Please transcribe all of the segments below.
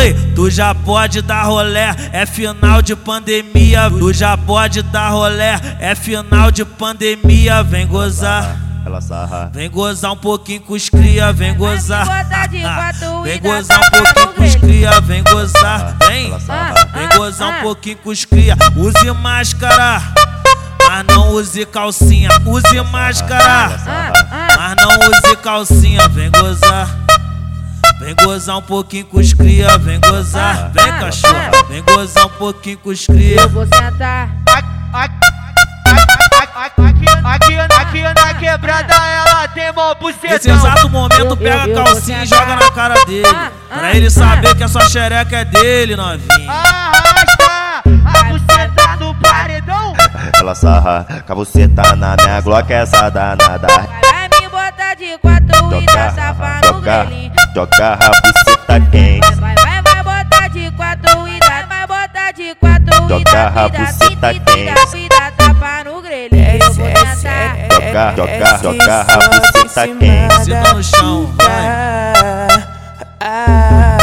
Ei, tu já pode dar rolé, é final de pandemia. Tu já pode dar rolé, é final de pandemia. Vem gozar. Ela sarra. Vem gozar um pouquinho com os cria, vem gozar. Ah, bota de quatro Vem e dá gozar um tapa no pouquinho com os grelho. cria, vem gozar. Vem, Ela Ah, sarra. vem gozar um pouquinho com os cria. Use máscara, mas não use calcinha. Use máscara, Ah, ah, mas não use calcinha. Vem gozar. Vem gozar um pouquinho com os cria, vem Ah, gozar. Vem cachorra, vem gozar um pouquinho com os cria. eu vou sentar. Aqui, aqui na quebrada ela tem mó Nesse bucetão. exato momento, então, Eu- pega eu- a eu calcinha e vou joga sentar. na cara dele. Ah, ah, Pra ele ah. saber que a sua xereca é dele, novinha. Arrasta a buceta no paredão. Ela sarra. Cavuceta na minha glock essa danada. Vai me botar de quatro e dá Joga, tapa no joga, grelhinho. joga a buceta quente. Vai, vai, vai botar de quatro e dá, vai botar de quatro e Joga dá, a e dá, buceta e dá, e dá, e dá tapa no grelho. Eu vou sentar. Joga, É, joga, joga a buceta quente. Senta no chão, vai. Ah,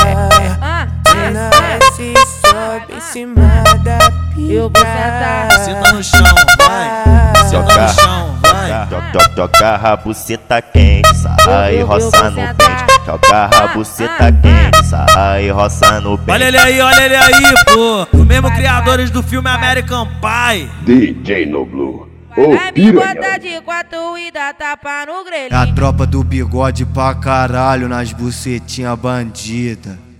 Não ah, é ah. assim, se sobe em cima da pica. Eu vou sentar. Senta no chão, vai. Senta no Joga. chão, vai. Joga, joga a buceta quente, sarra e Eu- eu- eu roça vou no sentar. pente. Joga a buceta tá- ah, quente, sarra e roça no Olha pente. ele aí, olha ele aí, pô. Os mesmos criadores do filme American Pie. DJ no Blue. Ô, Vai me botar piranha. de quatro e dá Tá tapa no grelhinho. É a tropa do bigode pra caralho nas bucetinha bandida.